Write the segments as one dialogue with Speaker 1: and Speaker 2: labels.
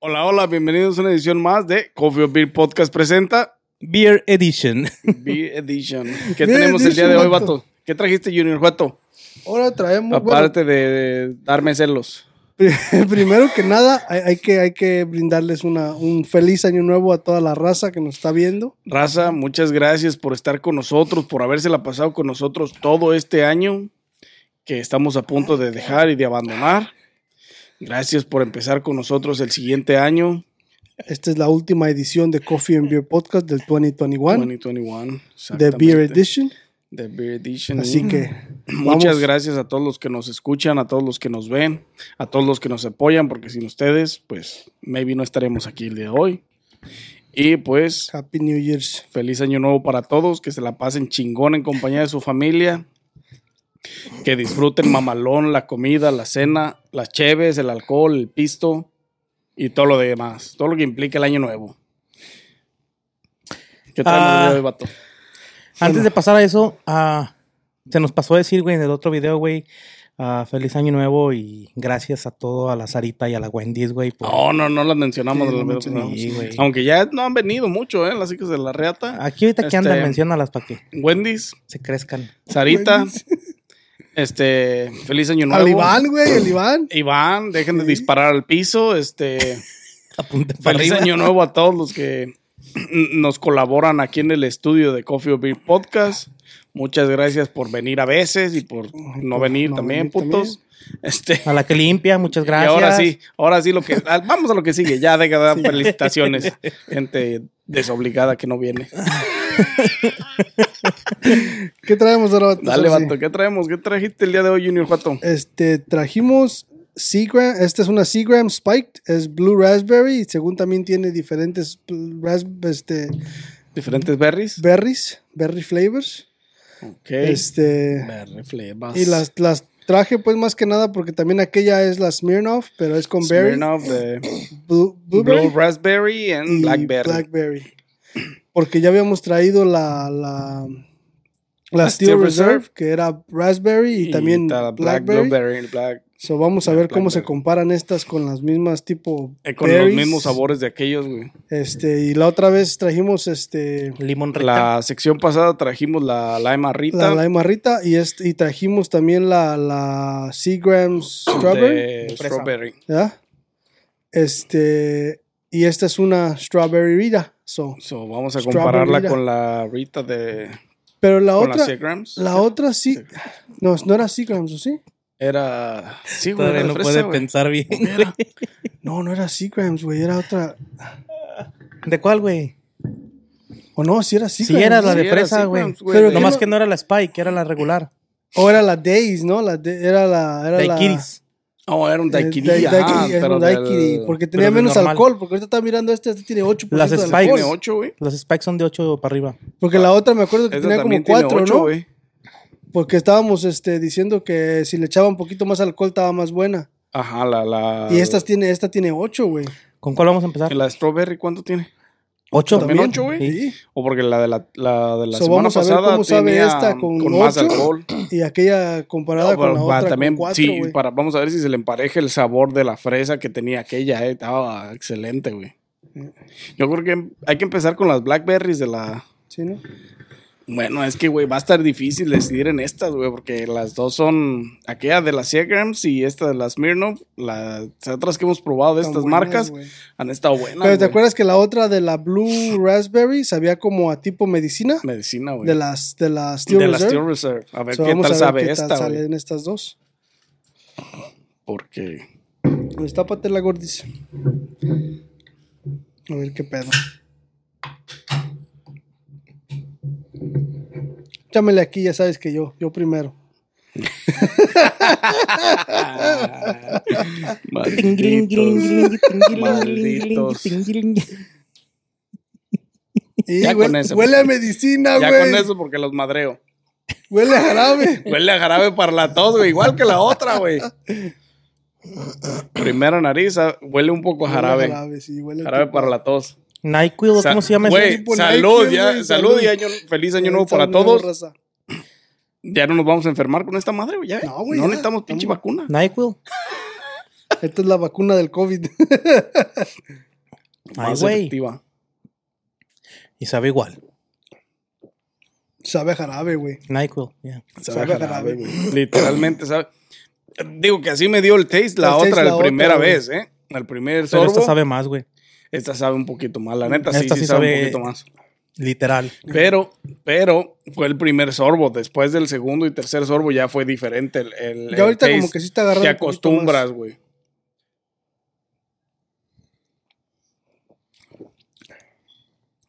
Speaker 1: Hola, hola, bienvenidos a una edición más de Coffee or Beer Podcast presenta
Speaker 2: Beer Edition.
Speaker 1: Beer Edition. ¿Qué
Speaker 3: Beer
Speaker 1: tenemos el día de hoy,
Speaker 3: Edition, vato.
Speaker 1: vato? ¿Qué trajiste, Junior Vato?
Speaker 3: Ahora traemos. bueno,
Speaker 1: Aparte de darme celos.
Speaker 3: primero que nada, hay, hay que, hay que brindarles una, un feliz año nuevo a toda la raza que nos está viendo.
Speaker 1: Raza, muchas gracias por estar con nosotros, por habérsela pasado con nosotros todo este año que estamos a punto de dejar y de abandonar. Gracias por empezar con nosotros el siguiente año,
Speaker 3: Esta es la última edición de Coffee and Beer Podcast del 2021,
Speaker 1: 2021.
Speaker 3: de Beer
Speaker 1: exactamente.
Speaker 3: Edition.
Speaker 1: The Beer Edition.
Speaker 3: Así
Speaker 1: Mm.
Speaker 3: que
Speaker 1: Muchas
Speaker 3: vamos.
Speaker 1: gracias a todos los que nos escuchan, a todos los que nos ven, a todos los que nos apoyan, porque sin ustedes, pues, maybe no estaremos aquí el día de hoy. Y pues,
Speaker 3: Happy New Year's.
Speaker 1: feliz año nuevo para todos, que se la pasen chingón en compañía de su familia, que disfruten mamalón, la comida, la cena, las cheves, el alcohol, el pisto y todo lo demás, todo lo que implica el año nuevo. ¿Qué tal,
Speaker 2: Ah.
Speaker 1: vato?
Speaker 2: Antes de pasar a eso, ah, se nos pasó a decir, güey, en el otro video, güey, ah, feliz año nuevo y gracias a todo, a la Sarita y a la Wendy, güey. por-
Speaker 1: No, no, no las mencionamos.
Speaker 3: Pues, Sí,
Speaker 1: las
Speaker 3: no
Speaker 1: mencionamos.
Speaker 2: mencionamos. Sí, güey.
Speaker 1: Aunque ya no han venido mucho, ¿eh? Las hijas de la
Speaker 3: Ah.
Speaker 1: reata.
Speaker 2: Aquí ahorita que andan,
Speaker 1: Este-
Speaker 2: menciónalas para que
Speaker 1: Wendy's,
Speaker 2: se crezcan.
Speaker 1: Sarita, este, feliz año nuevo.
Speaker 3: Al Iván, güey, el Iván.
Speaker 1: Iván, dejen de disparar al piso. Este,
Speaker 2: Apunte para
Speaker 1: feliz
Speaker 2: arriba.
Speaker 1: año nuevo a todos los que nos colaboran aquí en el estudio de Coffee or Beer Podcast. Muchas gracias por venir a veces y por no
Speaker 3: por
Speaker 1: venir
Speaker 3: no
Speaker 1: también,
Speaker 3: venir también.
Speaker 1: putos. Este,
Speaker 2: A la que limpia, muchas gracias.
Speaker 1: Y ahora sí, ahora sí lo que. ah, Vamos a lo que sigue. Ya, deja de dar felicitaciones. Gente desobligada que no viene.
Speaker 3: ¿Qué traemos ahora? vatos?
Speaker 1: Dale,
Speaker 3: Ahora sí.
Speaker 1: vato, ¿qué traemos? ¿Qué trajiste el día de hoy, Junior Juato?
Speaker 3: Este, trajimos Seagram. Esta es una Seagram Spiked. Es Blue Raspberry. Y según también tiene diferentes mm, ras- este,
Speaker 1: Diferentes berries.
Speaker 3: berries, berry flavors.
Speaker 1: Ok.
Speaker 3: Este.
Speaker 1: Berry flavors.
Speaker 3: Y las, las traje pues más que nada porque también aquella es la Smirnoff, pero es con berry,
Speaker 1: Smirnoff de
Speaker 3: blu- blueberry
Speaker 1: Blue Raspberry
Speaker 3: y
Speaker 1: and
Speaker 3: blackberry.
Speaker 1: Blackberry.
Speaker 3: Porque ya habíamos traído la la, la
Speaker 1: La
Speaker 3: Steel
Speaker 1: Steel
Speaker 3: Reserve,
Speaker 1: Reserve.
Speaker 3: que era raspberry y, también
Speaker 1: ta- Black
Speaker 3: blackberry.
Speaker 1: Blueberry. Black,
Speaker 3: So vamos a
Speaker 1: Yeah,
Speaker 3: ver cómo se
Speaker 1: blackberry.
Speaker 3: comparan estas con las mismas tipo
Speaker 1: eh, con los
Speaker 3: berries.
Speaker 1: mismos sabores de aquellos, güey.
Speaker 3: Este, y la otra vez trajimos este
Speaker 2: Limón rica.
Speaker 1: La sección pasada trajimos la lima
Speaker 3: la
Speaker 1: rita.
Speaker 3: lime rita y este, y trajimos también la la Seagram strawberry.
Speaker 1: de
Speaker 2: Fresa.
Speaker 1: strawberry.
Speaker 3: ¿verdad? Este, y esta es una Strawberry Rita. So.
Speaker 1: So, vamos a
Speaker 3: Strawberry
Speaker 1: compararla
Speaker 3: Rita.
Speaker 1: con la rita de.
Speaker 3: Pero la
Speaker 1: con
Speaker 3: otra,
Speaker 1: las 100 grams.
Speaker 3: la otra sí, no, no era Seagrams, ¿o sí?
Speaker 1: Era. Sí, güey.
Speaker 2: Todavía
Speaker 1: era
Speaker 2: no
Speaker 1: fresa,
Speaker 2: puede
Speaker 1: güey.
Speaker 2: pensar bien. güey.
Speaker 3: No, no era Seagrams, güey, era otra,
Speaker 2: ¿De cuál, güey?
Speaker 3: o no, sí era
Speaker 2: Sí,
Speaker 3: Seagrams.
Speaker 2: era la
Speaker 1: Sí,
Speaker 2: de
Speaker 1: era
Speaker 2: fresa,
Speaker 1: Seagrams,
Speaker 2: güey.
Speaker 1: güey,
Speaker 3: Pero
Speaker 1: de-
Speaker 3: ¿qué
Speaker 2: Nomás
Speaker 3: no-
Speaker 2: que no era la Spike, era la regular.
Speaker 3: O era la Days, ¿no? La de- era la, era la.
Speaker 2: Daiquiris.
Speaker 1: No, era un
Speaker 3: eh,
Speaker 1: daiquiri.
Speaker 3: dai-
Speaker 1: ajá,
Speaker 3: daiquiri, era
Speaker 1: pero
Speaker 3: un daiquiri,
Speaker 1: del-
Speaker 3: porque
Speaker 2: pero
Speaker 3: tenía
Speaker 2: del
Speaker 3: menos
Speaker 2: normal.
Speaker 3: alcohora, porque ahorita estaba mirando este, este tiene 8%
Speaker 2: Las
Speaker 3: de
Speaker 2: Spikes.
Speaker 3: alcohol.
Speaker 1: Tiene ocho, güey.
Speaker 2: Los Spikes son de 8 para arriba.
Speaker 3: Porque la otra me acuerdo que
Speaker 1: Esta
Speaker 3: tenía como
Speaker 1: también tiene
Speaker 3: 4,
Speaker 1: ocho,
Speaker 3: ¿no?
Speaker 1: güey.
Speaker 3: Porque estábamos este, diciendo que si le echaba un poquito más alcohol estaba más buena.
Speaker 1: Ajá, la, la.
Speaker 3: Y estas tiene, esta tiene 8, güey.
Speaker 2: ¿Con cuál vamos a empezar?
Speaker 1: La strawberry, ¿cuánto tiene?
Speaker 2: 8.
Speaker 1: También ocho, güey.
Speaker 3: Sí.
Speaker 1: O porque la de la, la de la
Speaker 3: So,
Speaker 1: semana
Speaker 3: vamos a ver
Speaker 1: pasada
Speaker 3: cómo sabe
Speaker 1: tenía
Speaker 3: esta
Speaker 1: con,
Speaker 3: con
Speaker 1: más
Speaker 3: ocho.
Speaker 1: alcohol.
Speaker 3: Y aquella comparada
Speaker 1: No,
Speaker 3: con la
Speaker 1: pero para
Speaker 3: otra
Speaker 1: también,
Speaker 3: con cuatro,
Speaker 1: sí,
Speaker 3: güey.
Speaker 1: para, vamos a ver si se le empareja el sabor de la fresa que tenía aquella, eh. Estaba excelente, güey.
Speaker 3: Mm.
Speaker 1: Yo creo que hay que empezar con las blackberries de la.
Speaker 3: Sí, ¿no?
Speaker 1: Bueno, es que, güey, va a estar difícil decidir en estas, güey, porque las dos son. Aquella de las Seagrams y esta de las Smirnoff. Las otras que hemos probado de
Speaker 3: Están
Speaker 1: estas
Speaker 3: buenas,
Speaker 1: marcas
Speaker 3: güey.
Speaker 1: han estado buenas.
Speaker 3: Pero te
Speaker 1: güey.
Speaker 3: acuerdas que la otra de la Blue Raspberry sabía como a tipo medicina
Speaker 1: Medicina, güey.
Speaker 3: de las de las Steel
Speaker 1: de la
Speaker 3: Reserve.
Speaker 1: Steel Reserve. A ver
Speaker 3: So,
Speaker 1: qué
Speaker 3: vamos
Speaker 1: tal
Speaker 3: a ver
Speaker 1: sabe
Speaker 3: qué
Speaker 1: esta,
Speaker 3: tal
Speaker 1: güey.
Speaker 3: salen estas dos.
Speaker 1: Porque.
Speaker 3: Destápate la gordiza. A ver qué pedo. Échamele aquí, ya sabes que yo, yo primero.
Speaker 1: Malditos. Malditos.
Speaker 3: Y
Speaker 1: Ya
Speaker 3: hue-
Speaker 1: con eso.
Speaker 3: huele a medicina,
Speaker 1: Ya
Speaker 3: güey.
Speaker 1: con eso porque los madreo.
Speaker 3: Huele a jarabe.
Speaker 1: Huele a jarabe para la tos, güey, igual que la otra, güey. Primera nariz, ah, huele un poco a
Speaker 3: Huele a
Speaker 1: jarabe.
Speaker 3: jarabe, sí, huele a
Speaker 1: Jarabe
Speaker 3: tipo-
Speaker 1: para la tos.
Speaker 2: Nyquil,
Speaker 1: Sa-
Speaker 2: ¿cómo se llama
Speaker 1: güey,
Speaker 2: ese?
Speaker 3: tipo
Speaker 1: salud,
Speaker 3: Nike,
Speaker 1: ya,
Speaker 3: güey,
Speaker 1: salud
Speaker 3: salud.
Speaker 1: y año, feliz año nuevo
Speaker 3: Ahorita
Speaker 1: para
Speaker 3: nueva
Speaker 1: todos.
Speaker 3: raza.
Speaker 1: Ya no nos vamos a enfermar con esta madre, güey. Ya,
Speaker 3: No,
Speaker 1: no,
Speaker 3: güey, ya.
Speaker 1: necesitamos pinche
Speaker 3: Estamos-
Speaker 1: vacuna.
Speaker 2: Nyquil.
Speaker 3: Esta es la vacuna del COVID.
Speaker 2: Ay,
Speaker 1: Más
Speaker 2: güey.
Speaker 1: efectiva.
Speaker 2: Y sabe igual.
Speaker 3: Sabe a jarabe, güey.
Speaker 2: Nyquil, yeah.
Speaker 1: Sabe a
Speaker 3: Sabe a
Speaker 1: jarabe,
Speaker 3: jarabe.
Speaker 1: güey. Literalmente, sabe. Digo que así me dio el taste la
Speaker 3: El taste
Speaker 1: otra,
Speaker 3: la
Speaker 1: la
Speaker 3: otra,
Speaker 1: primera
Speaker 3: güey.
Speaker 1: vez, ¿eh? Al primer
Speaker 2: Pero
Speaker 1: sorbo.
Speaker 2: esta sabe más, güey.
Speaker 1: un poquito más, la neta, sí,
Speaker 2: Esta
Speaker 1: sí,
Speaker 2: sí
Speaker 1: sabe un
Speaker 2: sabe-
Speaker 1: poquito más.
Speaker 2: Literal.
Speaker 1: Pero, pero fue el primer sorbo. Después del segundo y tercer sorbo ya fue diferente el, el- el
Speaker 3: Ya ahorita como
Speaker 1: taste.
Speaker 3: que sí está agarrando.
Speaker 1: Te
Speaker 3: un poquito
Speaker 1: acostumbras, güey.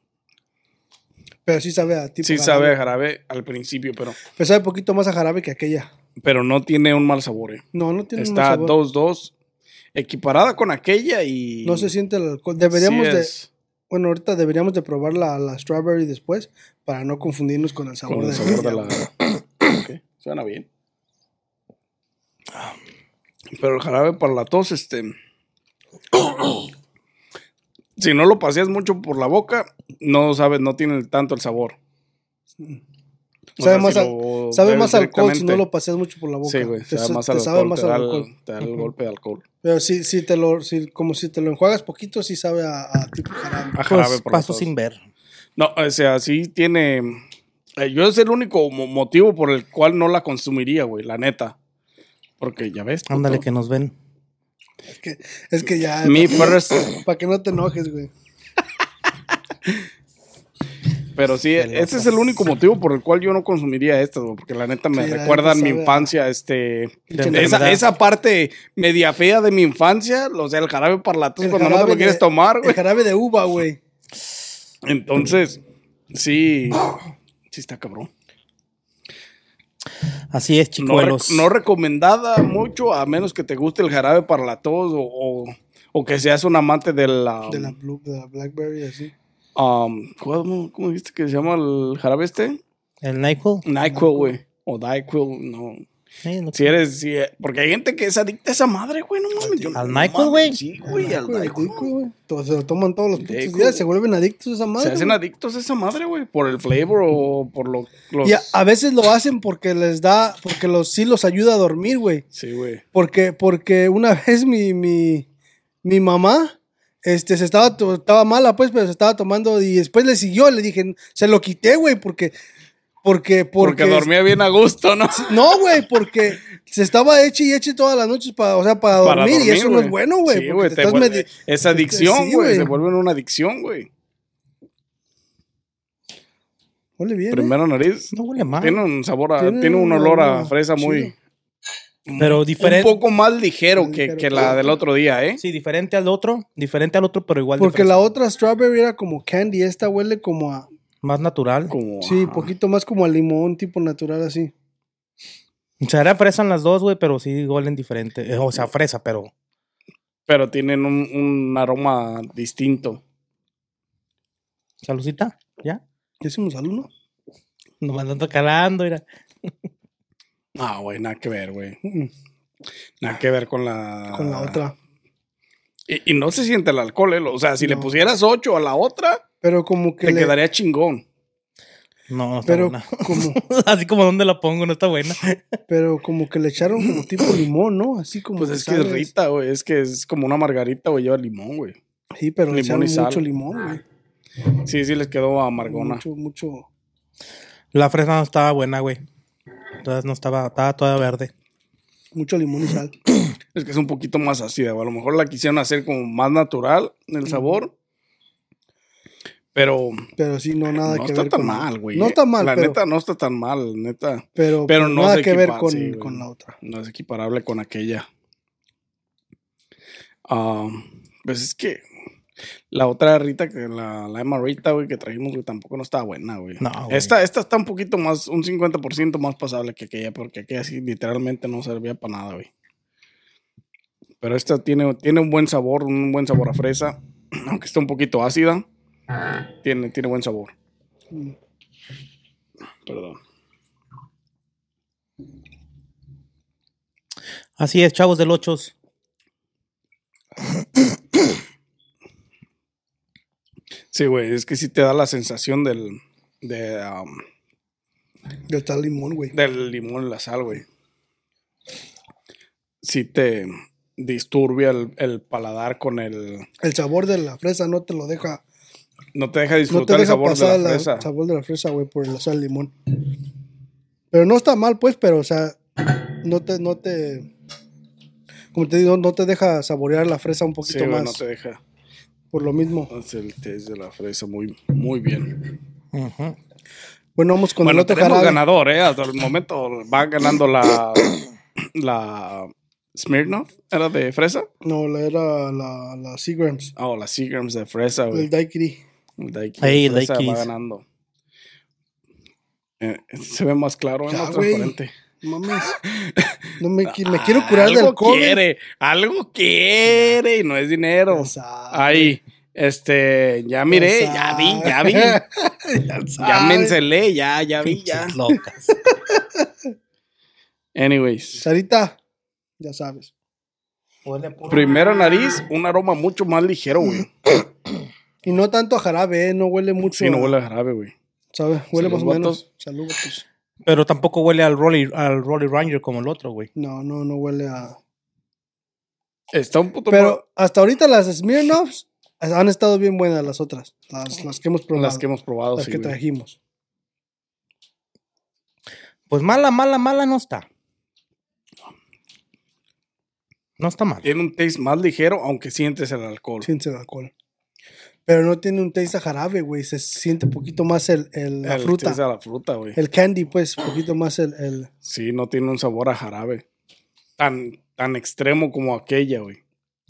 Speaker 3: más, Pero sí sabe a tipo
Speaker 1: Sí
Speaker 3: jarabe.
Speaker 1: sabe a jarabe al principio, pero,
Speaker 3: Pero sabe poquito más a jarabe que aquella.
Speaker 1: pero no tiene un mal sabor, eh.
Speaker 3: No, no tiene un
Speaker 1: Está
Speaker 3: sabor.
Speaker 1: 2-2, equiparada con aquella y...
Speaker 3: No se siente el alcohol. Deberíamos
Speaker 1: Sí
Speaker 3: de...
Speaker 1: es
Speaker 3: Bueno, ahorita deberíamos de probar la, la strawberry después para no confundirnos con el sabor,
Speaker 1: Con el
Speaker 3: de
Speaker 1: sabor de la... Ok, suena bien. Pero el jarabe para la tos, este... si no lo paseas mucho por la boca, no sabes, no tiene tanto el sabor. O
Speaker 3: Sabe
Speaker 1: sea,
Speaker 3: más
Speaker 1: si
Speaker 3: a-
Speaker 1: lo
Speaker 3: Sabe
Speaker 1: bebes
Speaker 3: más alcohol si no
Speaker 1: directamente-
Speaker 3: lo paseas mucho por la boca.
Speaker 1: Sí, güey,
Speaker 3: Te,
Speaker 1: sabe
Speaker 3: sa-
Speaker 1: más
Speaker 3: te
Speaker 1: al
Speaker 3: sabe
Speaker 1: alcohol,
Speaker 3: más
Speaker 1: te
Speaker 3: al
Speaker 1: da el-
Speaker 3: alcohol.
Speaker 1: te da el golpe de alcohol.
Speaker 3: Pero sí, sí te lo, sí, como si te lo enjuagas poquito, sí sabe a, a tipo jarabe.
Speaker 1: A jarabe
Speaker 2: Pues,
Speaker 1: por la
Speaker 2: paso
Speaker 1: tos.
Speaker 2: sin ver.
Speaker 1: No, o sea, sí tiene. eh, Yo es el único mo- motivo por el cual no la consumiría, güey, la neta. Porque ya ves. puto.
Speaker 2: Ándale, que nos ven.
Speaker 3: Es que, es que ya.
Speaker 1: Me
Speaker 3: para que-
Speaker 1: first.
Speaker 3: Para que no te enojes, güey.
Speaker 1: Pero sí, ese es el único motivo por el cual yo no consumiría estas, güey. Porque la neta me
Speaker 3: Sí, la
Speaker 1: recuerdan
Speaker 3: neta
Speaker 1: mi
Speaker 3: sabe a-
Speaker 1: infancia, este.
Speaker 2: De
Speaker 1: Esa,
Speaker 2: enfermedad.
Speaker 1: esa parte media fea de mi infancia, o sea, el jarabe parlatos
Speaker 3: El
Speaker 1: cuando no te
Speaker 3: jarabe
Speaker 1: lo
Speaker 3: de-
Speaker 1: quieres tomar,
Speaker 3: El
Speaker 1: güey.
Speaker 3: jarabe de uva, güey.
Speaker 1: Entonces, sí. Sí está cabrón.
Speaker 2: Así
Speaker 1: no,
Speaker 2: es,
Speaker 1: re-
Speaker 2: chicuelos.
Speaker 1: no recomendada mucho, a menos que te guste el jarabe para la tos o, o- o que seas un amante de la...
Speaker 3: De la, blue- de la Blackberry, así.
Speaker 1: um, ¿cómo, cómo dijiste que se llama el jarabe este?
Speaker 2: El Nyquil.
Speaker 1: Nyquil, güey. O Nyquil, no.
Speaker 2: eh, lo-
Speaker 1: Si eres... si- porque hay gente que es adicta a esa madre, güey. No mames. yo-
Speaker 2: ¿Al
Speaker 1: no
Speaker 2: Nyquil,
Speaker 1: mames,
Speaker 2: güey?
Speaker 1: Sí, güey, al
Speaker 3: Güey,
Speaker 1: Nyquil.
Speaker 3: rico, güey. Todos- Se lo toman todos los putos
Speaker 1: Rico,
Speaker 3: días,
Speaker 1: güey.
Speaker 3: se vuelven adictos a esa madre.
Speaker 1: Se hacen
Speaker 3: güey.
Speaker 1: adictos a esa madre, güey. Por el flavor o por lo, los...
Speaker 3: Y a, a veces lo hacen porque les da, porque los, sí los ayuda a dormir, güey.
Speaker 1: Sí, güey.
Speaker 3: Porque, porque una vez mi, mi, mi mamá este, se estaba, to- estaba mala, pues, pero se estaba tomando y después le siguió. Le dije, se lo quité, güey, porque, porque, porque.
Speaker 1: Porque, dormía bien a gusto, ¿no?
Speaker 3: No, güey, porque se estaba heche y heche todas las noches para, o sea, para dormir,
Speaker 1: Para
Speaker 3: y eso no
Speaker 1: güey.
Speaker 3: es bueno, güey.
Speaker 1: Sí,
Speaker 3: porque
Speaker 1: güey,
Speaker 3: te
Speaker 1: te
Speaker 3: estás
Speaker 1: vuelve-
Speaker 3: medi-
Speaker 1: Es adicción,
Speaker 3: sí,
Speaker 1: güey.
Speaker 3: güey.
Speaker 1: se vuelve una adicción, güey.
Speaker 3: Huele bien. ¿eh?
Speaker 1: Primera nariz.
Speaker 2: No huele mal.
Speaker 1: Tiene un sabor a. Tiene,
Speaker 3: Tiene
Speaker 1: un
Speaker 3: un
Speaker 1: olor a
Speaker 3: olor
Speaker 1: fresa
Speaker 3: chido.
Speaker 1: muy. Mm,
Speaker 2: Pero
Speaker 1: Un
Speaker 2: diferente.
Speaker 1: poco más ligero
Speaker 3: Más
Speaker 1: que,
Speaker 3: ligero.
Speaker 1: que la del otro día, ¿eh?
Speaker 2: Sí, diferente al otro. Diferente al otro, pero igual. de
Speaker 3: Porque
Speaker 2: fresa.
Speaker 3: la otra strawberry era como candy, esta huele como a.
Speaker 2: Más natural.
Speaker 1: Como.
Speaker 3: Sí,
Speaker 1: ajá.
Speaker 3: poquito más como a limón, tipo natural así.
Speaker 2: O sea, era fresa en las dos, güey, pero sí huelen diferente. Eh, O sea, fresa, pero.
Speaker 1: Pero tienen un, un aroma distinto.
Speaker 2: Salucita, ¿ya?
Speaker 3: ¿Ya hicimos alumno?
Speaker 2: Nos mandan calando, mira.
Speaker 1: Ah, güey, nada que ver, güey.
Speaker 3: Mm,
Speaker 1: Nada que ver con la.
Speaker 3: Con la otra.
Speaker 1: Y, y no se siente el alcohol, ¿eh? O sea, si le
Speaker 3: No.
Speaker 1: pusieras 8 a la otra,
Speaker 3: Pero como que.
Speaker 1: te
Speaker 3: le-
Speaker 1: quedaría chingón.
Speaker 2: No, no está
Speaker 3: Pero
Speaker 2: buena.
Speaker 3: como,
Speaker 2: Así como dónde la pongo, no está buena.
Speaker 3: pero como que le echaron como tipo limón, ¿no? Así como.
Speaker 1: Pues es que es
Speaker 3: ¿sabes?
Speaker 1: rita, güey. Es que es como una margarita, güey. Lleva limón, güey.
Speaker 3: Sí, pero le
Speaker 1: Limón y
Speaker 3: echaron
Speaker 1: sal. Ah,
Speaker 3: mucho limón, güey.
Speaker 1: Sí, sí, les quedó amargona.
Speaker 3: Mucho, mucho.
Speaker 2: La fresa no estaba buena, güey. Entonces no estaba, estaba toda verde.
Speaker 3: Mucho limón y sal.
Speaker 1: Es que es un poquito más ácida, güey. a lo mejor la quisieron hacer como más natural en el sabor. Pero
Speaker 3: Pero sí, no nada
Speaker 1: no
Speaker 3: que
Speaker 1: está
Speaker 3: ver
Speaker 1: tan
Speaker 3: con-
Speaker 1: mal, güey.
Speaker 3: No
Speaker 1: eh.
Speaker 3: está mal,
Speaker 1: La
Speaker 3: pero,
Speaker 1: neta no está tan mal, neta.
Speaker 3: pero,
Speaker 1: Pero no
Speaker 3: nada
Speaker 1: se
Speaker 3: que ver
Speaker 1: equipa-
Speaker 3: con,
Speaker 1: sí, güey.
Speaker 3: con la otra.
Speaker 1: No es equiparable con aquella. Ah, pues es que La otra Rita, que la, la Emma Rita, güey, que trajimos, güey, tampoco no estaba buena, güey.
Speaker 2: No, güey.
Speaker 1: Esta, esta está un poquito más, un 50% más pasable que aquella, porque aquella sí literalmente no servía para nada, güey. Pero esta tiene, tiene un buen sabor, un buen sabor a fresa, aunque está un poquito ácida. Tiene, tiene buen sabor. Perdón.
Speaker 2: Así es, chavos del ochos.
Speaker 1: Sí, güey, es que sí te da la sensación del, de, am,
Speaker 3: Yo está el limón, güey.
Speaker 1: del limón y la sal, güey. Sí te disturbia el, el paladar con el...
Speaker 3: El sabor de la fresa no te lo deja.
Speaker 1: No te deja disfrutar
Speaker 3: No te
Speaker 1: el
Speaker 3: deja
Speaker 1: sabor de
Speaker 3: pasar
Speaker 1: la
Speaker 3: la- el
Speaker 1: fresa.
Speaker 3: sabor de la fresa, güey, por la sal de limón. Pero no está mal, pues, pero, o sea, no te, no te. Como te digo, no te deja saborear la fresa un
Speaker 1: Sí,
Speaker 3: poquito
Speaker 1: güey,
Speaker 3: más.
Speaker 1: no te deja.
Speaker 3: Por lo mismo.
Speaker 1: Hace el test de la fresa muy, muy bien.
Speaker 2: Ujú.
Speaker 3: Bueno, vamos con
Speaker 1: bueno,
Speaker 3: el otro
Speaker 1: tenemos
Speaker 3: jarabe.
Speaker 1: ganador, ¿eh? Hasta el momento va ganando la... la Smirnoff, ¿era de fresa?
Speaker 3: No, la era la, la Seagrams.
Speaker 1: Oh, la Seagrams de fresa, güey.
Speaker 3: El Daiquiri.
Speaker 1: El Daiki.
Speaker 2: Ey, el
Speaker 1: Fresa
Speaker 2: Daiki.
Speaker 1: va ganando. Eh, se ve más claro, ¿eh?
Speaker 3: Ya,
Speaker 1: Más
Speaker 3: güey.
Speaker 1: transparente.
Speaker 3: Mames. No me, qui- me quiero curar del
Speaker 1: Algo
Speaker 3: COVID.
Speaker 1: quiere, algo quiere y no es dinero.
Speaker 3: Ya sabe.
Speaker 1: Ahí, este, ya miré, ya vi, ya vi.
Speaker 3: ya
Speaker 1: Ya
Speaker 3: sabe.
Speaker 1: me encelé, ya, ya vi, ya.
Speaker 2: Pinches locas.
Speaker 1: Anyways,
Speaker 3: Sarita, ya sabes.
Speaker 1: primera nariz, un aroma mucho más ligero,
Speaker 3: Mm,
Speaker 1: güey.
Speaker 3: Y no tanto a jarabe, ¿eh? no huele mucho.
Speaker 1: Sí, no
Speaker 3: a-
Speaker 1: huele a jarabe, güey.
Speaker 3: ¿Sabe? Huele
Speaker 1: Salud,
Speaker 3: más o menos. pues.
Speaker 1: vatos.
Speaker 3: Salud, vatos.
Speaker 2: Pero tampoco huele al Rolly, al Rolly Ranger como el otro, güey.
Speaker 3: No, no, no huele a.
Speaker 1: Está un puto
Speaker 3: Pero hasta ahorita las Smirnoffs han estado bien buenas las otras. Las, las que hemos
Speaker 1: con
Speaker 3: probado.
Speaker 1: las que hemos probado,
Speaker 3: las
Speaker 1: sí,
Speaker 3: que
Speaker 1: güey.
Speaker 3: trajimos.
Speaker 2: Pues mala, mala, mala no está. No está mal.
Speaker 1: Tiene un taste más ligero, aunque sientes el alcohol.
Speaker 3: Siente el alcohol. Pero no tiene un taste a jarabe, güey. Se siente un poquito más el, el- la
Speaker 1: El
Speaker 3: fruta.
Speaker 1: taste a la fruta, güey.
Speaker 3: El candy, pues, un poquito más el. el-
Speaker 1: Sí, no tiene un sabor a jarabe. Tan, tan extremo como aquella, güey.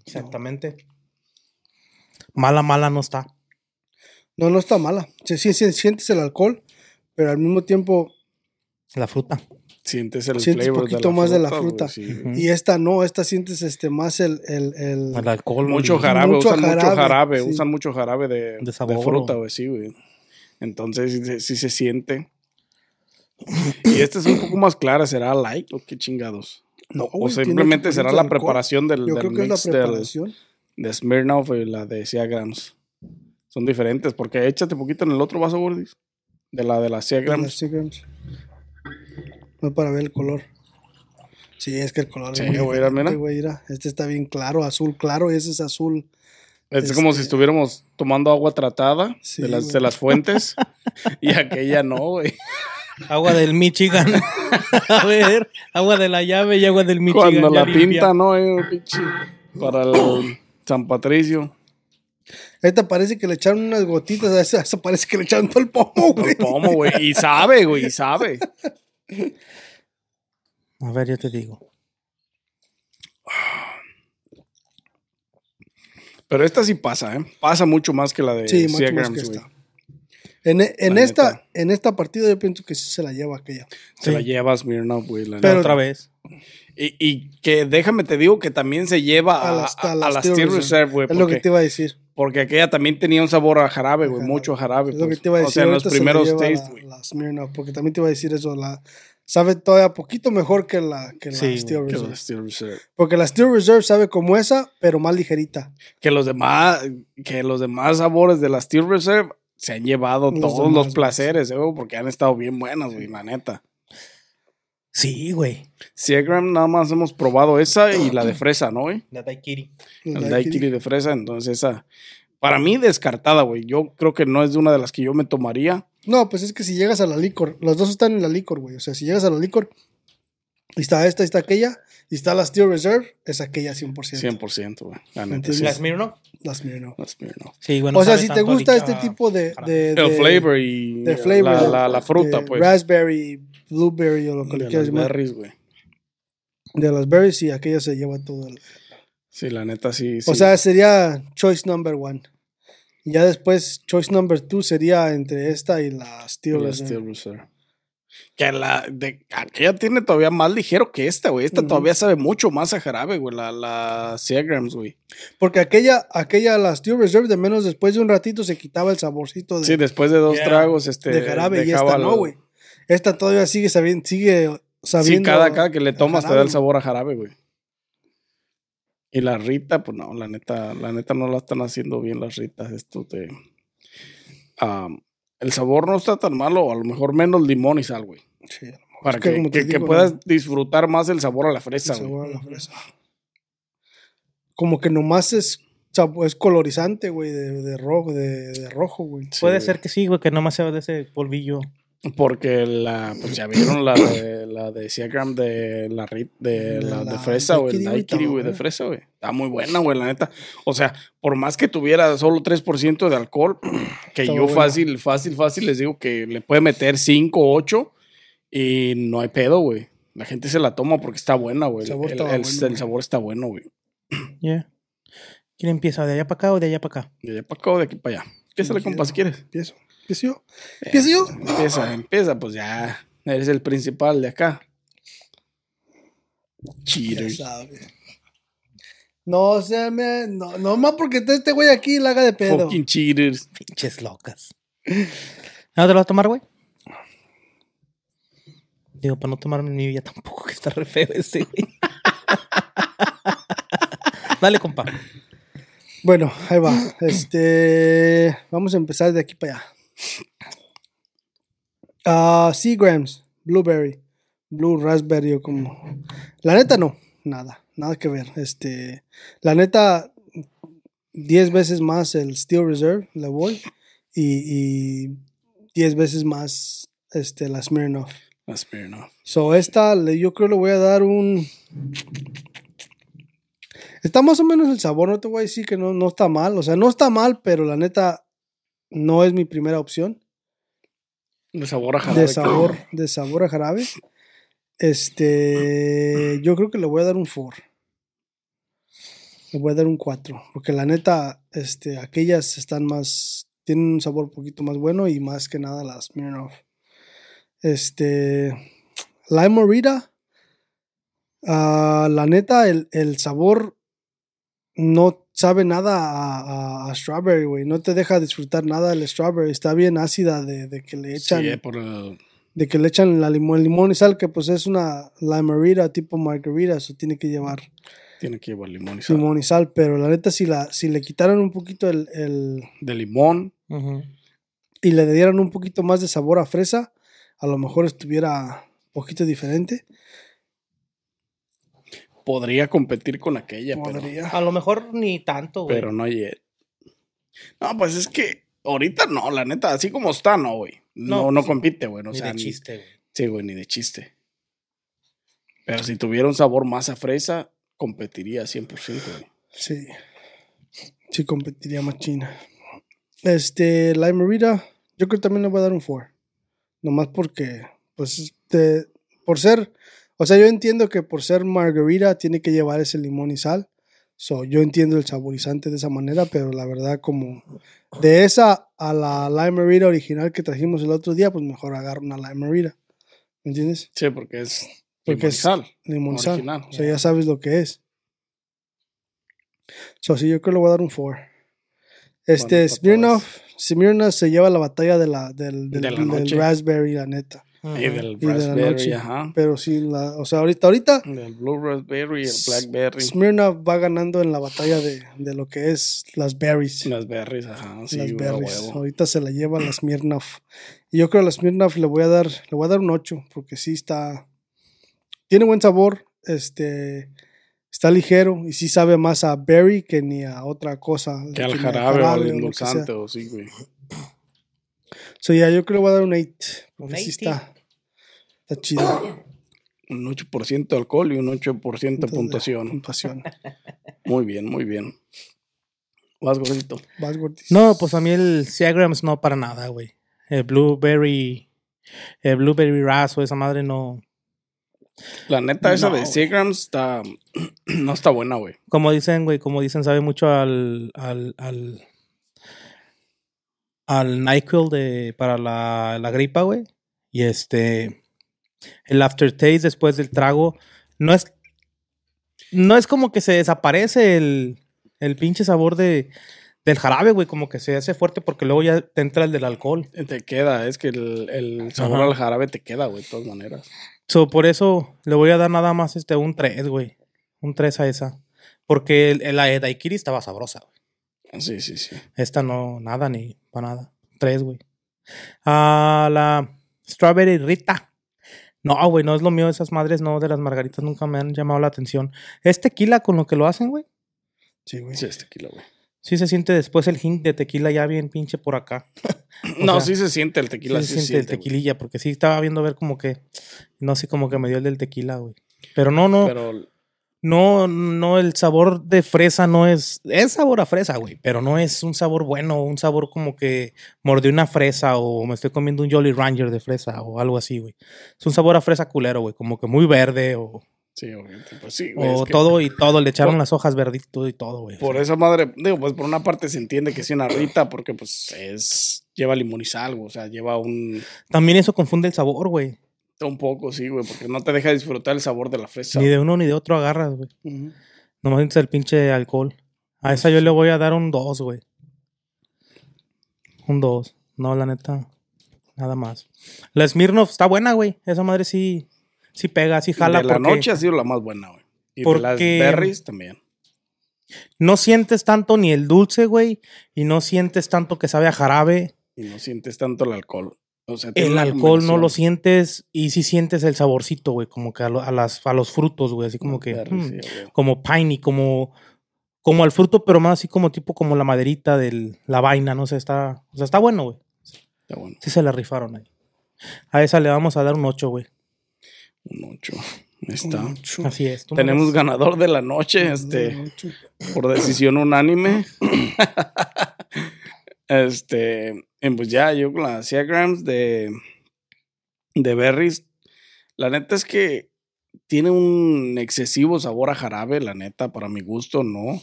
Speaker 2: Exactamente. Mala, mala no está.
Speaker 3: No, no está mala. Sí, sí, sí, sientes el alcohol, pero al mismo tiempo.
Speaker 2: La fruta.
Speaker 1: Sientes el
Speaker 3: Sientes
Speaker 1: flavor
Speaker 3: poquito más de la
Speaker 1: güey,
Speaker 3: fruta.
Speaker 1: sí, güey.
Speaker 2: Ujú.
Speaker 3: Y esta no, esta sientes este más el. el, el-
Speaker 2: El alcohol.
Speaker 1: Mucho
Speaker 2: güey.
Speaker 1: jarabe,
Speaker 3: Mucho
Speaker 1: usan mucho
Speaker 3: jarabe,
Speaker 1: jarabe,
Speaker 3: sí.
Speaker 1: usan mucho jarabe de, de
Speaker 2: sabor,
Speaker 1: fruta,
Speaker 2: o-
Speaker 1: güey, sí, güey. Entonces sí, se- sí se siente. Y esta es un poco más clara, ¿será light o qué chingados?
Speaker 3: No,
Speaker 1: o
Speaker 3: güey, tiene
Speaker 1: simplemente
Speaker 3: ocho
Speaker 1: será
Speaker 3: porcientos
Speaker 1: la
Speaker 3: de alcohol.
Speaker 1: preparación del,
Speaker 3: Yo
Speaker 1: Pues del
Speaker 3: creo que es
Speaker 1: mix
Speaker 3: la
Speaker 1: del-
Speaker 3: preparación.
Speaker 1: de Smirnoff y la de Seagrams. Son diferentes, porque échate poquito en el otro vaso, gordis. De la de la
Speaker 3: de
Speaker 1: Seagrams.
Speaker 3: las Seagrams. No para ver el color. Sí, es que el color
Speaker 1: Sí,
Speaker 3: es muy
Speaker 1: güey, mira,
Speaker 3: diferente,
Speaker 1: mira.
Speaker 3: güey, mira. Este está bien claro, azul claro, ese es azul.
Speaker 1: Es como si
Speaker 3: Este-
Speaker 1: estuviéramos tomando agua tratada
Speaker 3: Sí,
Speaker 1: de, las,
Speaker 3: güey.
Speaker 1: de las fuentes y aquella no, güey.
Speaker 2: Agua del Michigan. A ver, agua de la llave y agua del Michigan.
Speaker 1: Cuando
Speaker 2: ya
Speaker 1: la
Speaker 2: limpia.
Speaker 1: pinta, ¿no? Eh, pinche, para el San Patricio.
Speaker 3: Esta parece que le echaron unas gotitas, a esa, a esa parece que le echaron todo el pomo, güey.
Speaker 1: El pomo, güey. Y sabe, güey, y sabe.
Speaker 2: A ver, yo te digo.
Speaker 1: Pero esta sí pasa, ¿eh? Pasa mucho más que la de
Speaker 3: Sí, mucho más que
Speaker 1: Seagrams, güey.
Speaker 3: esta. En, e, en
Speaker 1: La
Speaker 3: esta,
Speaker 1: neta.
Speaker 3: en esta partida yo pienso que sí se la lleva aquella.
Speaker 1: Se
Speaker 2: Sí.
Speaker 1: la llevas, Smirnoff, güey. la
Speaker 3: Pero-
Speaker 1: neta.
Speaker 2: Otra vez.
Speaker 1: Y, y que déjame te digo que también se lleva a,
Speaker 3: A las, a
Speaker 1: a- a
Speaker 3: las
Speaker 1: las
Speaker 3: Steel
Speaker 1: Steel
Speaker 3: Reserve.
Speaker 1: Reserve, güey.
Speaker 3: es lo que
Speaker 1: Porque,
Speaker 3: te iba a decir.
Speaker 1: porque aquella también tenía un sabor a jarabe, güey.
Speaker 3: Jarabe.
Speaker 1: Mucho jarabe.
Speaker 3: Es lo que
Speaker 1: pues.
Speaker 3: te iba a
Speaker 1: o
Speaker 3: decir.
Speaker 1: sea, en los
Speaker 3: ahorita se la
Speaker 1: primeros
Speaker 3: lleva
Speaker 1: tastes,
Speaker 3: la-
Speaker 1: güey.
Speaker 3: la Smirnoff, porque también te iba a decir eso. La, sabe todavía poquito mejor que la, que la
Speaker 2: Sí,
Speaker 3: Steel
Speaker 1: Que
Speaker 3: Reserve.
Speaker 1: las Steel Reserve.
Speaker 3: Porque la Steel Reserve sabe como esa, pero más ligerita.
Speaker 1: que los demás que los demás sabores de la Steel Reserve se han llevado
Speaker 3: Los
Speaker 1: todos
Speaker 3: demás, pues.
Speaker 1: los placeres, eh, güey, porque han estado bien buenas, güey, la neta.
Speaker 2: Sí, güey.
Speaker 1: Seagram nada más hemos probado esa y la de fresa, ¿no, güey?
Speaker 2: La Taikiri.
Speaker 1: El daiquiri de fresa, entonces esa para mí descartada, güey. Yo creo que no es de una de las que yo me tomaría.
Speaker 3: No, pues es que si llegas a la licor, los dos están en la licor, güey. O sea, si llegas a la licor, y está esta, y está aquella, y está la Steel Reserve, es aquella 100%.
Speaker 1: 100%, güey. La neta,
Speaker 3: Entiendo.
Speaker 1: sí.
Speaker 2: ¿La Smirnoff?
Speaker 3: La Smirnoff.
Speaker 1: That's me, no.
Speaker 2: Sí, bueno.
Speaker 3: o sea,
Speaker 2: sabe
Speaker 3: si te
Speaker 2: tanto a
Speaker 3: gusta
Speaker 2: li-
Speaker 3: este
Speaker 2: a-
Speaker 3: tipo de... de,
Speaker 1: El
Speaker 3: de-
Speaker 1: flavor y
Speaker 3: de flavor,
Speaker 1: la,
Speaker 3: de-
Speaker 1: la, la fruta,
Speaker 3: de
Speaker 1: pues.
Speaker 3: Raspberry, blueberry o lo que le
Speaker 1: de
Speaker 3: quieras
Speaker 1: las
Speaker 3: llamar.
Speaker 1: berries, güey.
Speaker 3: De las berries, sí, aquella se lleva todo. el-
Speaker 1: Sí, la neta sí.
Speaker 3: O
Speaker 1: sí.
Speaker 3: sea, sería choice number one. Y ya después, choice number two sería entre esta y la Steel.
Speaker 1: La
Speaker 3: Reserve.
Speaker 1: Steel Reserve. Que la de aquella tiene todavía más ligero que esta, güey. Esta
Speaker 3: Ujú.
Speaker 1: todavía sabe mucho más a jarabe, güey. La, la Seagrams, güey.
Speaker 3: Porque aquella, aquella, la Steel Reserve, de menos después de un ratito se quitaba el saborcito de,
Speaker 1: Sí, después de dos
Speaker 2: Yeah.
Speaker 1: tragos, este.
Speaker 3: de jarabe y
Speaker 1: dejaba
Speaker 3: esta no,
Speaker 1: la-
Speaker 3: güey. Esta todavía sigue sabiendo, sigue
Speaker 1: Sí,
Speaker 3: sabiendo.
Speaker 1: cada, cada que le
Speaker 3: a
Speaker 1: tomas te
Speaker 3: jarabe.
Speaker 1: da el sabor a jarabe, güey. Y la Rita, pues no, la neta, la neta no la están haciendo bien las Ritas. Esto de. Am, el sabor no está tan malo, a lo mejor menos limón y sal, güey.
Speaker 3: Sí, el
Speaker 1: Para
Speaker 3: que
Speaker 1: que,
Speaker 3: como te
Speaker 1: que- que
Speaker 3: digo,
Speaker 1: puedas
Speaker 3: ¿no?
Speaker 1: disfrutar más el sabor a la fresa, güey.
Speaker 3: sabor a la fresa. Como que nomás es, sab- es colorizante, güey, de, de rojo, de, de rojo, güey.
Speaker 1: Sí,
Speaker 2: Puede
Speaker 1: güey.
Speaker 2: ser que sí, güey, que nomás sea de ese polvillo.
Speaker 1: Porque la, pues ya vieron la de, la de Seagram de la ri- de,
Speaker 3: De
Speaker 1: la, de
Speaker 3: la
Speaker 1: fresa, güey, el
Speaker 3: daiquiri, güey,
Speaker 1: daiquiri,
Speaker 3: está
Speaker 1: güey, de
Speaker 3: buena.
Speaker 1: fresa, güey. Está muy buena, güey, la neta. O sea, por más que tuviera solo 3% de alcohol, que
Speaker 3: Está
Speaker 1: yo
Speaker 3: buena.
Speaker 1: fácil, fácil, fácil les digo que le puede meter 5, 8 y no hay pedo, güey. La gente se la toma porque está buena, güey.
Speaker 3: El
Speaker 1: El,
Speaker 3: sabor
Speaker 1: el-
Speaker 3: estaba
Speaker 1: el-
Speaker 3: bueno,
Speaker 1: el
Speaker 3: güey.
Speaker 1: sabor está bueno, güey.
Speaker 2: Yeah. ¿Quién empieza? ¿De allá para acá o de allá para acá?
Speaker 1: De allá para acá o de aquí para allá. Empieza,
Speaker 3: Sí,
Speaker 1: compa, si quieres.
Speaker 3: Empiezo. ¿Empiezo yo? ¿Empiezo yo?
Speaker 1: Eh, Empieza, empieza, pues ya. Eres el principal de acá.
Speaker 3: Ya
Speaker 1: Cheater.
Speaker 3: sabe. No se me. No, nomás porque está este güey aquí y la haga de pedo.
Speaker 1: Fucking cheaters.
Speaker 2: Pinches locas. ¿No te lo vas a tomar, güey? Digo, para no tomarme mi vida tampoco, que está re feo ese, güey. Dale, compa.
Speaker 3: Bueno, ahí va. Este. Vamos a empezar de aquí para allá. Ah, Seagrams, Blueberry, Blue Raspberry o como. La neta, no. Nada, nada que ver. Este. La neta, 10 veces más el Steel Reserve, le voy. Y, y 10 veces más este, la Smirnoff.
Speaker 1: That's fair enough.
Speaker 3: So, esta le- yo creo le voy a dar un. Está más o menos el sabor, no te voy a decir que no, no está mal. O sea, no está mal, pero la neta no es mi primera opción
Speaker 1: De sabor a jarabe.
Speaker 3: de sabor, de sabor a jarabe. Este, yo creo que le voy a dar un 4. Le voy a dar un 4. Porque la neta, este, aquellas están más, tienen un sabor un poquito más bueno y más que nada las Smirnoff. Este, la Morita, ah, la neta, el, el sabor no sabe nada a, a- a strawberry, güey. No te deja disfrutar nada el strawberry. Está bien ácida de, de que le echan
Speaker 1: Sí, eh, por el-
Speaker 3: de que le echan la limón, limón y sal, que pues es una limerita tipo margarita, eso tiene que llevar
Speaker 1: tiene que llevar limón y sal.
Speaker 3: limón y sal, pero la neta si, la, si le quitaran un poquito el, el-
Speaker 1: De limón.
Speaker 2: Ujú.
Speaker 3: y le dieran un poquito más de sabor a fresa, a lo mejor estuviera un poquito diferente.
Speaker 1: Podría competir con aquella, pero-
Speaker 2: A lo mejor ni tanto, güey.
Speaker 1: Pero no ayer. No, pues es que ahorita no, la neta, así como está, no, güey. No, no,
Speaker 2: No, sí.
Speaker 1: compite, güey. no, O
Speaker 2: ni
Speaker 1: sea,
Speaker 2: de chiste, güey.
Speaker 1: Sí, güey, ni de chiste. Pero si tuviera un sabor más a fresa, competiría 100%, güey.
Speaker 3: Sí. Sí, competiría más China. Este, la Emerita, yo creo que también le voy a dar un 4. Nomás porque, pues, este, por ser, o sea, yo entiendo que por ser margarita tiene que llevar ese limón y sal. So, yo entiendo el saborizante de esa manera, pero la verdad, como de esa a la Lime Rita original que trajimos el otro día, pues mejor agarro una Lime Rita. ¿Me entiendes?
Speaker 1: Sí, porque es
Speaker 3: Porque
Speaker 1: limón y
Speaker 3: es-
Speaker 1: sal.
Speaker 3: Limón y sal.
Speaker 1: Original.
Speaker 3: O sea, ya sabes lo que es. So, sí, yo creo que le voy a dar un 4. Este,
Speaker 1: Bueno, por
Speaker 3: Smirnoff, Smirnoff se lleva la batalla de la, del, del-
Speaker 1: De la
Speaker 3: del
Speaker 1: noche.
Speaker 3: raspberry, la neta.
Speaker 1: Y del
Speaker 3: de la
Speaker 1: raspberry,
Speaker 3: noche.
Speaker 1: ajá.
Speaker 3: Pero sí, la, o sea, ahorita, ahorita
Speaker 1: Del blue raspberry, el
Speaker 3: S-
Speaker 1: blackberry.
Speaker 3: Smirnoff va ganando en la batalla de, de lo que es las berries.
Speaker 1: Las berries, ajá. Sí,
Speaker 3: las
Speaker 1: güey, a
Speaker 3: berries.
Speaker 1: huevo.
Speaker 3: Ahorita se la lleva la Smirnoff. Y yo creo que la Smirnoff le voy a dar, le voy a dar un 8, porque sí está. Tiene buen sabor. Este. Está ligero y sí sabe más a berry que ni a otra cosa.
Speaker 1: Que
Speaker 3: ni
Speaker 1: al
Speaker 3: a
Speaker 1: jarabe o
Speaker 3: lo
Speaker 1: al
Speaker 3: que
Speaker 1: endulzante,
Speaker 3: sea.
Speaker 1: o sí, güey.
Speaker 3: So, ya, yo creo que le voy a dar un 8. Porque
Speaker 2: Un
Speaker 3: sí
Speaker 2: 8.
Speaker 3: está. Está chido.
Speaker 1: Un 8% de alcohol y un 8% de
Speaker 3: Entonces,
Speaker 1: puntuación.
Speaker 3: Puntuación.
Speaker 1: Muy bien, muy bien. Vas, gordito.
Speaker 3: Vas, gordis.
Speaker 2: No, pues a mí el Seagrams no para nada, güey. El Blueberry. El Blueberry Raso, esa madre no.
Speaker 1: La neta, esa
Speaker 2: No,
Speaker 1: de
Speaker 2: güey.
Speaker 1: Seagrams está. No está buena, güey.
Speaker 2: Como dicen, güey, como dicen, sabe mucho al. al. al. al NyQuil de, para la, la gripa, güey. Y este, el aftertaste después del trago, no es, no es como que se desaparece el, el pinche sabor de, del jarabe, güey, como que se hace fuerte porque luego ya te entra el del alcohol.
Speaker 1: Te queda, es que el, el sabor
Speaker 2: Ajá.
Speaker 1: al jarabe te queda, güey, de todas maneras.
Speaker 2: So, por eso le voy a dar nada más este, un 3, güey. Un 3 a esa. Porque el- el- la de Daiquiri estaba sabrosa, güey.
Speaker 1: Sí, sí, sí.
Speaker 2: Esta no, nada, ni para nada. 3, güey. Ah, la Strawberry Rita. No, güey, no es lo mío. Esas madres no, de las margaritas nunca me han llamado la atención. ¿Es tequila con lo que lo hacen, güey?
Speaker 3: Sí, güey.
Speaker 1: Sí, es tequila, güey.
Speaker 2: Sí se siente después el hint de tequila ya bien pinche por acá.
Speaker 1: No, sí
Speaker 2: sea,
Speaker 1: se siente el tequila,
Speaker 2: sí se siente el
Speaker 1: güey.
Speaker 2: tequililla, porque sí estaba viendo a ver como que, no sé, como que me dio el del tequila, güey. Pero no, no,
Speaker 1: Pero
Speaker 2: no, no, el sabor de fresa no es, es sabor a fresa, güey, pero no es un sabor bueno, un sabor como que mordí una fresa o me estoy comiendo un Jolly Ranger de fresa o algo así, güey. Es un sabor a fresa culero, güey, como que muy verde o,
Speaker 1: Sí, obviamente. Pues sí, güey.
Speaker 2: o
Speaker 1: es que
Speaker 2: todo y todo, le echaron
Speaker 1: Por-
Speaker 2: las hojas verdito y todo, güey.
Speaker 1: Por e esa madre, digo, pues por una parte se entiende que es una rita, porque pues es. Lleva limón y sal, güey, O sea, lleva un.
Speaker 2: También eso confunde el sabor, güey.
Speaker 1: Un poco, sí, güey, porque no te deja disfrutar el sabor de la fresa.
Speaker 2: Ni de uno ni de otro agarras, güey.
Speaker 1: Ujú.
Speaker 2: Nomás es el pinche alcohol. A esa yo le voy a dar un 2, güey. Un 2. No, la neta. Nada más. La Smirnoff está buena, güey. Esa madre sí, sí pega, sí jala.
Speaker 1: de la
Speaker 2: porque
Speaker 1: noche ha sido la más buena, güey. Y de las
Speaker 2: Porque-
Speaker 1: berries también.
Speaker 2: No sientes tanto ni el dulce, güey. Y no sientes tanto que sabe a jarabe.
Speaker 1: Y no sientes tanto el alcohol. O sea, tiene
Speaker 2: El
Speaker 1: una
Speaker 2: alcohol no
Speaker 1: combinación.
Speaker 2: lo sientes. Y sí sientes el saborcito, güey. Como que a, lo- a las, a los frutos, güey. Así como
Speaker 1: Las
Speaker 2: que.
Speaker 1: berries,
Speaker 2: mm,
Speaker 1: sí, güey.
Speaker 2: como piney, como, como al fruto, pero más así como tipo como la maderita de la vaina, no sé, está, o sea, está bueno, güey.
Speaker 1: Está bueno.
Speaker 2: Sí se la rifaron ahí. A esa le vamos a dar un 8, güey.
Speaker 1: Un 8. Está.
Speaker 3: Ocho.
Speaker 2: Así es. tú
Speaker 1: Tenemos
Speaker 2: mames.
Speaker 1: ganador de la noche,
Speaker 3: Un
Speaker 1: este,
Speaker 3: ocho.
Speaker 1: por decisión unánime. este, y pues ya, yo con las 100 grams de, de berries, la neta es que tiene un excesivo sabor a jarabe, la neta, para mi gusto, no.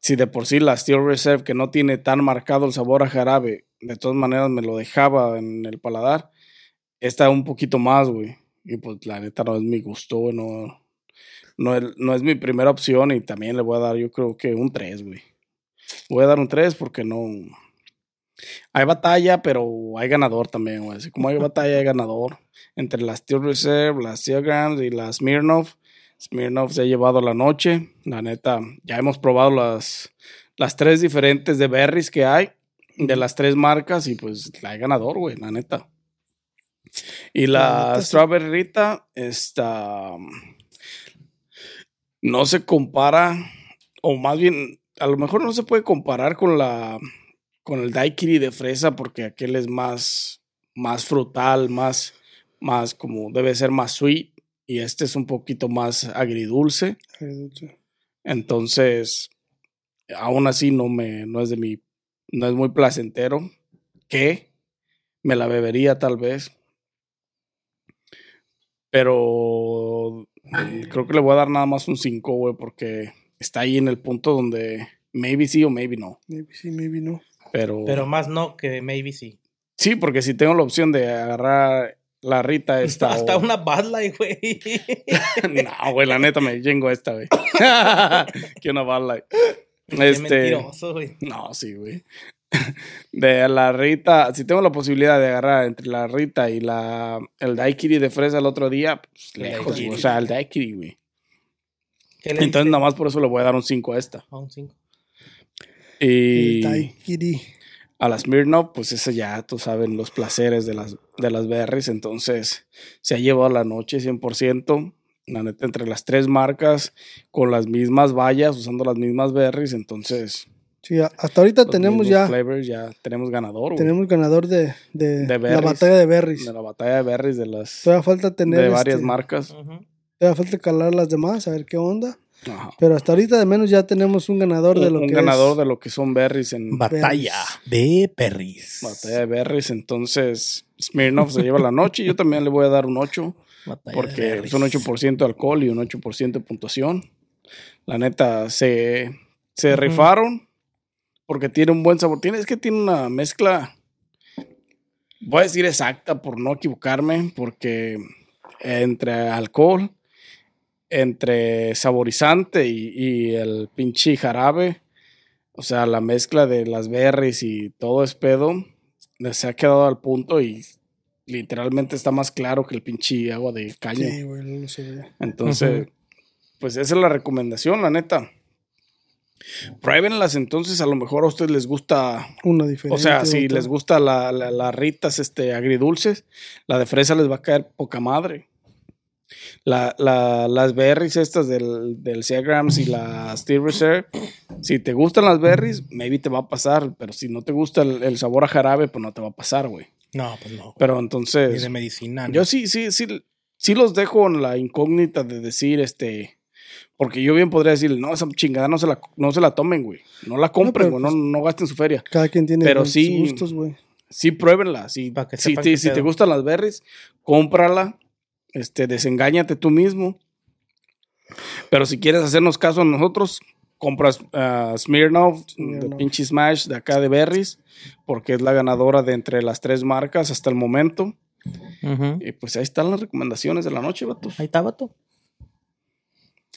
Speaker 1: Si de por sí la Steel Reserve, que no tiene tan marcado el sabor a jarabe, de todas maneras me lo dejaba en el paladar, esta un poquito más, güey. Y pues la neta no es mi gusto, güey, no, no, es- no es mi primera opción y también le voy a dar, yo creo que un 3, güey. Voy a dar un 3 porque no. Hay batalla, pero hay ganador también, güey. Así como hay batalla, hay ganador. Entre las Steel Reserve, las Steel Grams y las Smirnoff. Smirnoff se ha llevado la noche. La neta, ya hemos probado las, las tres diferentes de berries que hay, de las tres marcas, y pues la hay ganador, güey, la neta. Y
Speaker 3: La
Speaker 1: la,
Speaker 3: neta, sí.
Speaker 1: Strawberry Rita, esta. No se compara, o más bien, a lo mejor no se puede comparar con la. Con el daiquiri de fresa, porque aquel es más. Más frutal, más. Más como debe ser más sweet. Y este es un poquito más agridulce.
Speaker 3: Agridulce.
Speaker 1: Entonces, aún así no me, no es de mi, no es muy placentero. Que me la bebería tal vez. Pero mm, creo que le voy a dar nada más un 5, güey, porque está ahí en el punto donde maybe sí o maybe no.
Speaker 3: Maybe sí, maybe no.
Speaker 1: Pero,
Speaker 2: Pero más no que maybe sí.
Speaker 1: sí, porque si tengo la opción de agarrar la rita esta.
Speaker 2: Hasta
Speaker 1: o-
Speaker 2: una Bad Light, güey.
Speaker 1: no, güey, la neta me chingo esta, güey. que una Bud Light.
Speaker 2: Qué
Speaker 1: Este-
Speaker 2: mentiroso, güey.
Speaker 1: No, sí, güey. De la Rita, si tengo la posibilidad de agarrar entre la Rita y la el daiquiri de fresa el otro día, pues,
Speaker 2: El
Speaker 1: lejos, güey.
Speaker 2: daiquiri.
Speaker 1: o sea, el daiquiri, güey.
Speaker 2: ¿Qué le
Speaker 1: Entonces,
Speaker 2: diste?
Speaker 1: nada más por eso le voy a dar un 5 a esta.
Speaker 2: A un 5.
Speaker 3: El
Speaker 1: Y
Speaker 3: Taikiri.
Speaker 1: a las Smirnoff, pues ese ya, tú saben, los placeres de las, de las berries. Entonces, se ha llevado la noche 100%. La neta, entre las tres marcas, con las mismas vallas, usando las mismas berries. Entonces,
Speaker 3: Sí, a- hasta ahorita
Speaker 1: los
Speaker 3: tenemos
Speaker 1: mismos
Speaker 3: ya
Speaker 1: flavors, ya tenemos ganador, güey.
Speaker 3: tenemos ganador de, de
Speaker 1: De
Speaker 3: la
Speaker 1: berries.
Speaker 3: batalla de berries.
Speaker 1: De la batalla de berries de las...
Speaker 3: Todavía falta tener
Speaker 1: de varias
Speaker 3: este,
Speaker 1: marcas.
Speaker 3: todavía falta calar las demás, a ver qué onda.
Speaker 1: Ajá.
Speaker 3: Pero hasta ahorita de menos ya tenemos un ganador de
Speaker 1: Un,
Speaker 3: lo
Speaker 1: un
Speaker 3: que
Speaker 1: ganador
Speaker 3: es.
Speaker 1: de lo que son berries en
Speaker 2: Batalla de perris.
Speaker 1: batalla de berries. Entonces, Smirnoff se lleva la noche. Yo también le voy a dar un 8
Speaker 2: Batalla de
Speaker 1: porque
Speaker 2: berries.
Speaker 1: es un 8% de alcohol y un 8% de puntuación. La neta, se, se
Speaker 2: Ujú.
Speaker 1: rifaron porque tiene un buen sabor. Tiene, es que tiene una mezcla voy a decir exacta por no equivocarme, porque entre alcohol, entre saborizante y, y el pinche jarabe, o sea, la mezcla de las berries y todo es pedo, se ha quedado al punto y literalmente está más claro que el pinche agua de caña.
Speaker 3: Sí, güey, no lo sé. güey.
Speaker 1: Entonces,
Speaker 2: Ujú.
Speaker 1: pues esa es la recomendación, la neta. Pruébenlas entonces, a lo mejor a ustedes les gusta
Speaker 3: Una diferente.
Speaker 1: o sea, si
Speaker 3: otra.
Speaker 1: les gusta la, la- las ritas este, agridulces, la de fresa les va a caer poca madre. La- la- las berries estas del, del Seagrams y la Steel Reserve, si te gustan las berries, maybe te va a pasar, pero si no te gusta el, el sabor a jarabe, pues no te va a pasar, güey.
Speaker 2: No, pues no. güey.
Speaker 1: Pero
Speaker 2: Ni de
Speaker 1: entonces,
Speaker 2: medicina. ¿no?
Speaker 1: yo sí, sí, sí, sí los dejo en la incógnita de decir, este, porque yo bien podría decir, no, esa chingada no se la, no se la tomen, güey. No la compren,
Speaker 3: pero
Speaker 1: güey,
Speaker 3: pues-
Speaker 1: no, no gasten su feria.
Speaker 3: Cada quien tiene
Speaker 1: Pero
Speaker 3: sus
Speaker 1: sí-
Speaker 3: gustos, güey.
Speaker 1: Sí, pruébenla. Si,
Speaker 2: Pa' que
Speaker 1: si,
Speaker 2: sepan
Speaker 1: te,
Speaker 2: qué
Speaker 1: si te
Speaker 2: pedo.
Speaker 1: gustan las berries, cómprala. Este, desengáñate tú mismo. Pero si quieres hacernos caso a nosotros, compras ah, Smirnoff,
Speaker 3: Smirnoff.
Speaker 1: de Pinchy Smash, de acá de Berries, porque es la ganadora de entre las tres marcas hasta el momento.
Speaker 2: Ujú.
Speaker 1: Y pues ahí están las recomendaciones de la noche, vatos.
Speaker 2: Ahí está, vato.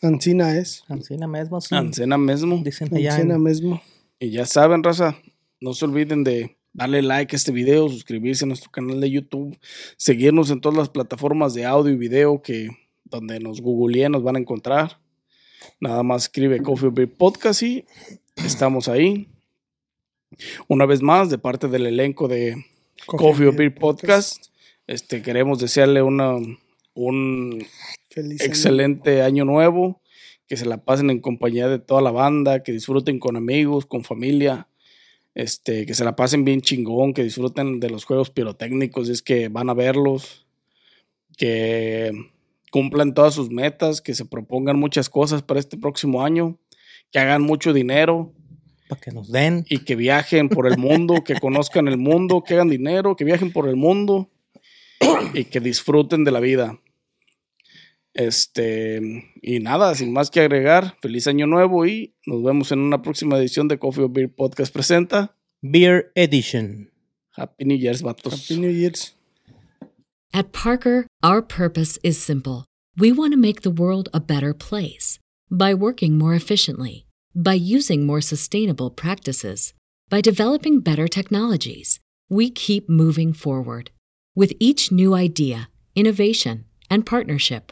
Speaker 3: Ancina es.
Speaker 2: Ancina mismo. sí.
Speaker 1: Ancena mismo.
Speaker 2: Dicen allá.
Speaker 3: Ancina
Speaker 2: en-
Speaker 3: mismo.
Speaker 1: Y ya saben, raza, no se olviden de darle like a este video, suscribirse a nuestro canal de YouTube, seguirnos en todas las plataformas de audio y video que donde nos googleen nos van a encontrar. Nada más escribe Coffee or Beer Podcast y estamos ahí. Una vez más, de parte del elenco de Coffee or Beer Podcast, este, queremos desearle una, un
Speaker 3: Feliz año.
Speaker 1: excelente año nuevo, que se la pasen en compañía de toda la banda, que disfruten con amigos, con familia, este, que se la pasen bien chingón, que disfruten de los juegos pirotécnicos, si es que van a verlos, que cumplan todas sus metas, que se propongan muchas cosas para este próximo año, que hagan mucho dinero
Speaker 2: Para que nos den.
Speaker 1: y que viajen por el mundo, que conozcan el mundo, que hagan dinero, que viajen por el mundo y que disfruten de la vida. Este, y nada, sin más que agregar, feliz año nuevo y nos vemos en una próxima edición de Coffee or Beer Podcast presenta
Speaker 2: Beer Edition.
Speaker 1: Happy New Year's, vatos.
Speaker 3: Happy New Year's.
Speaker 4: At Parker, our purpose is simple. We want to make the world a better place by working more efficiently, by using more sustainable practices, by developing better technologies. We keep moving forward. With each new idea, innovation, and partnership,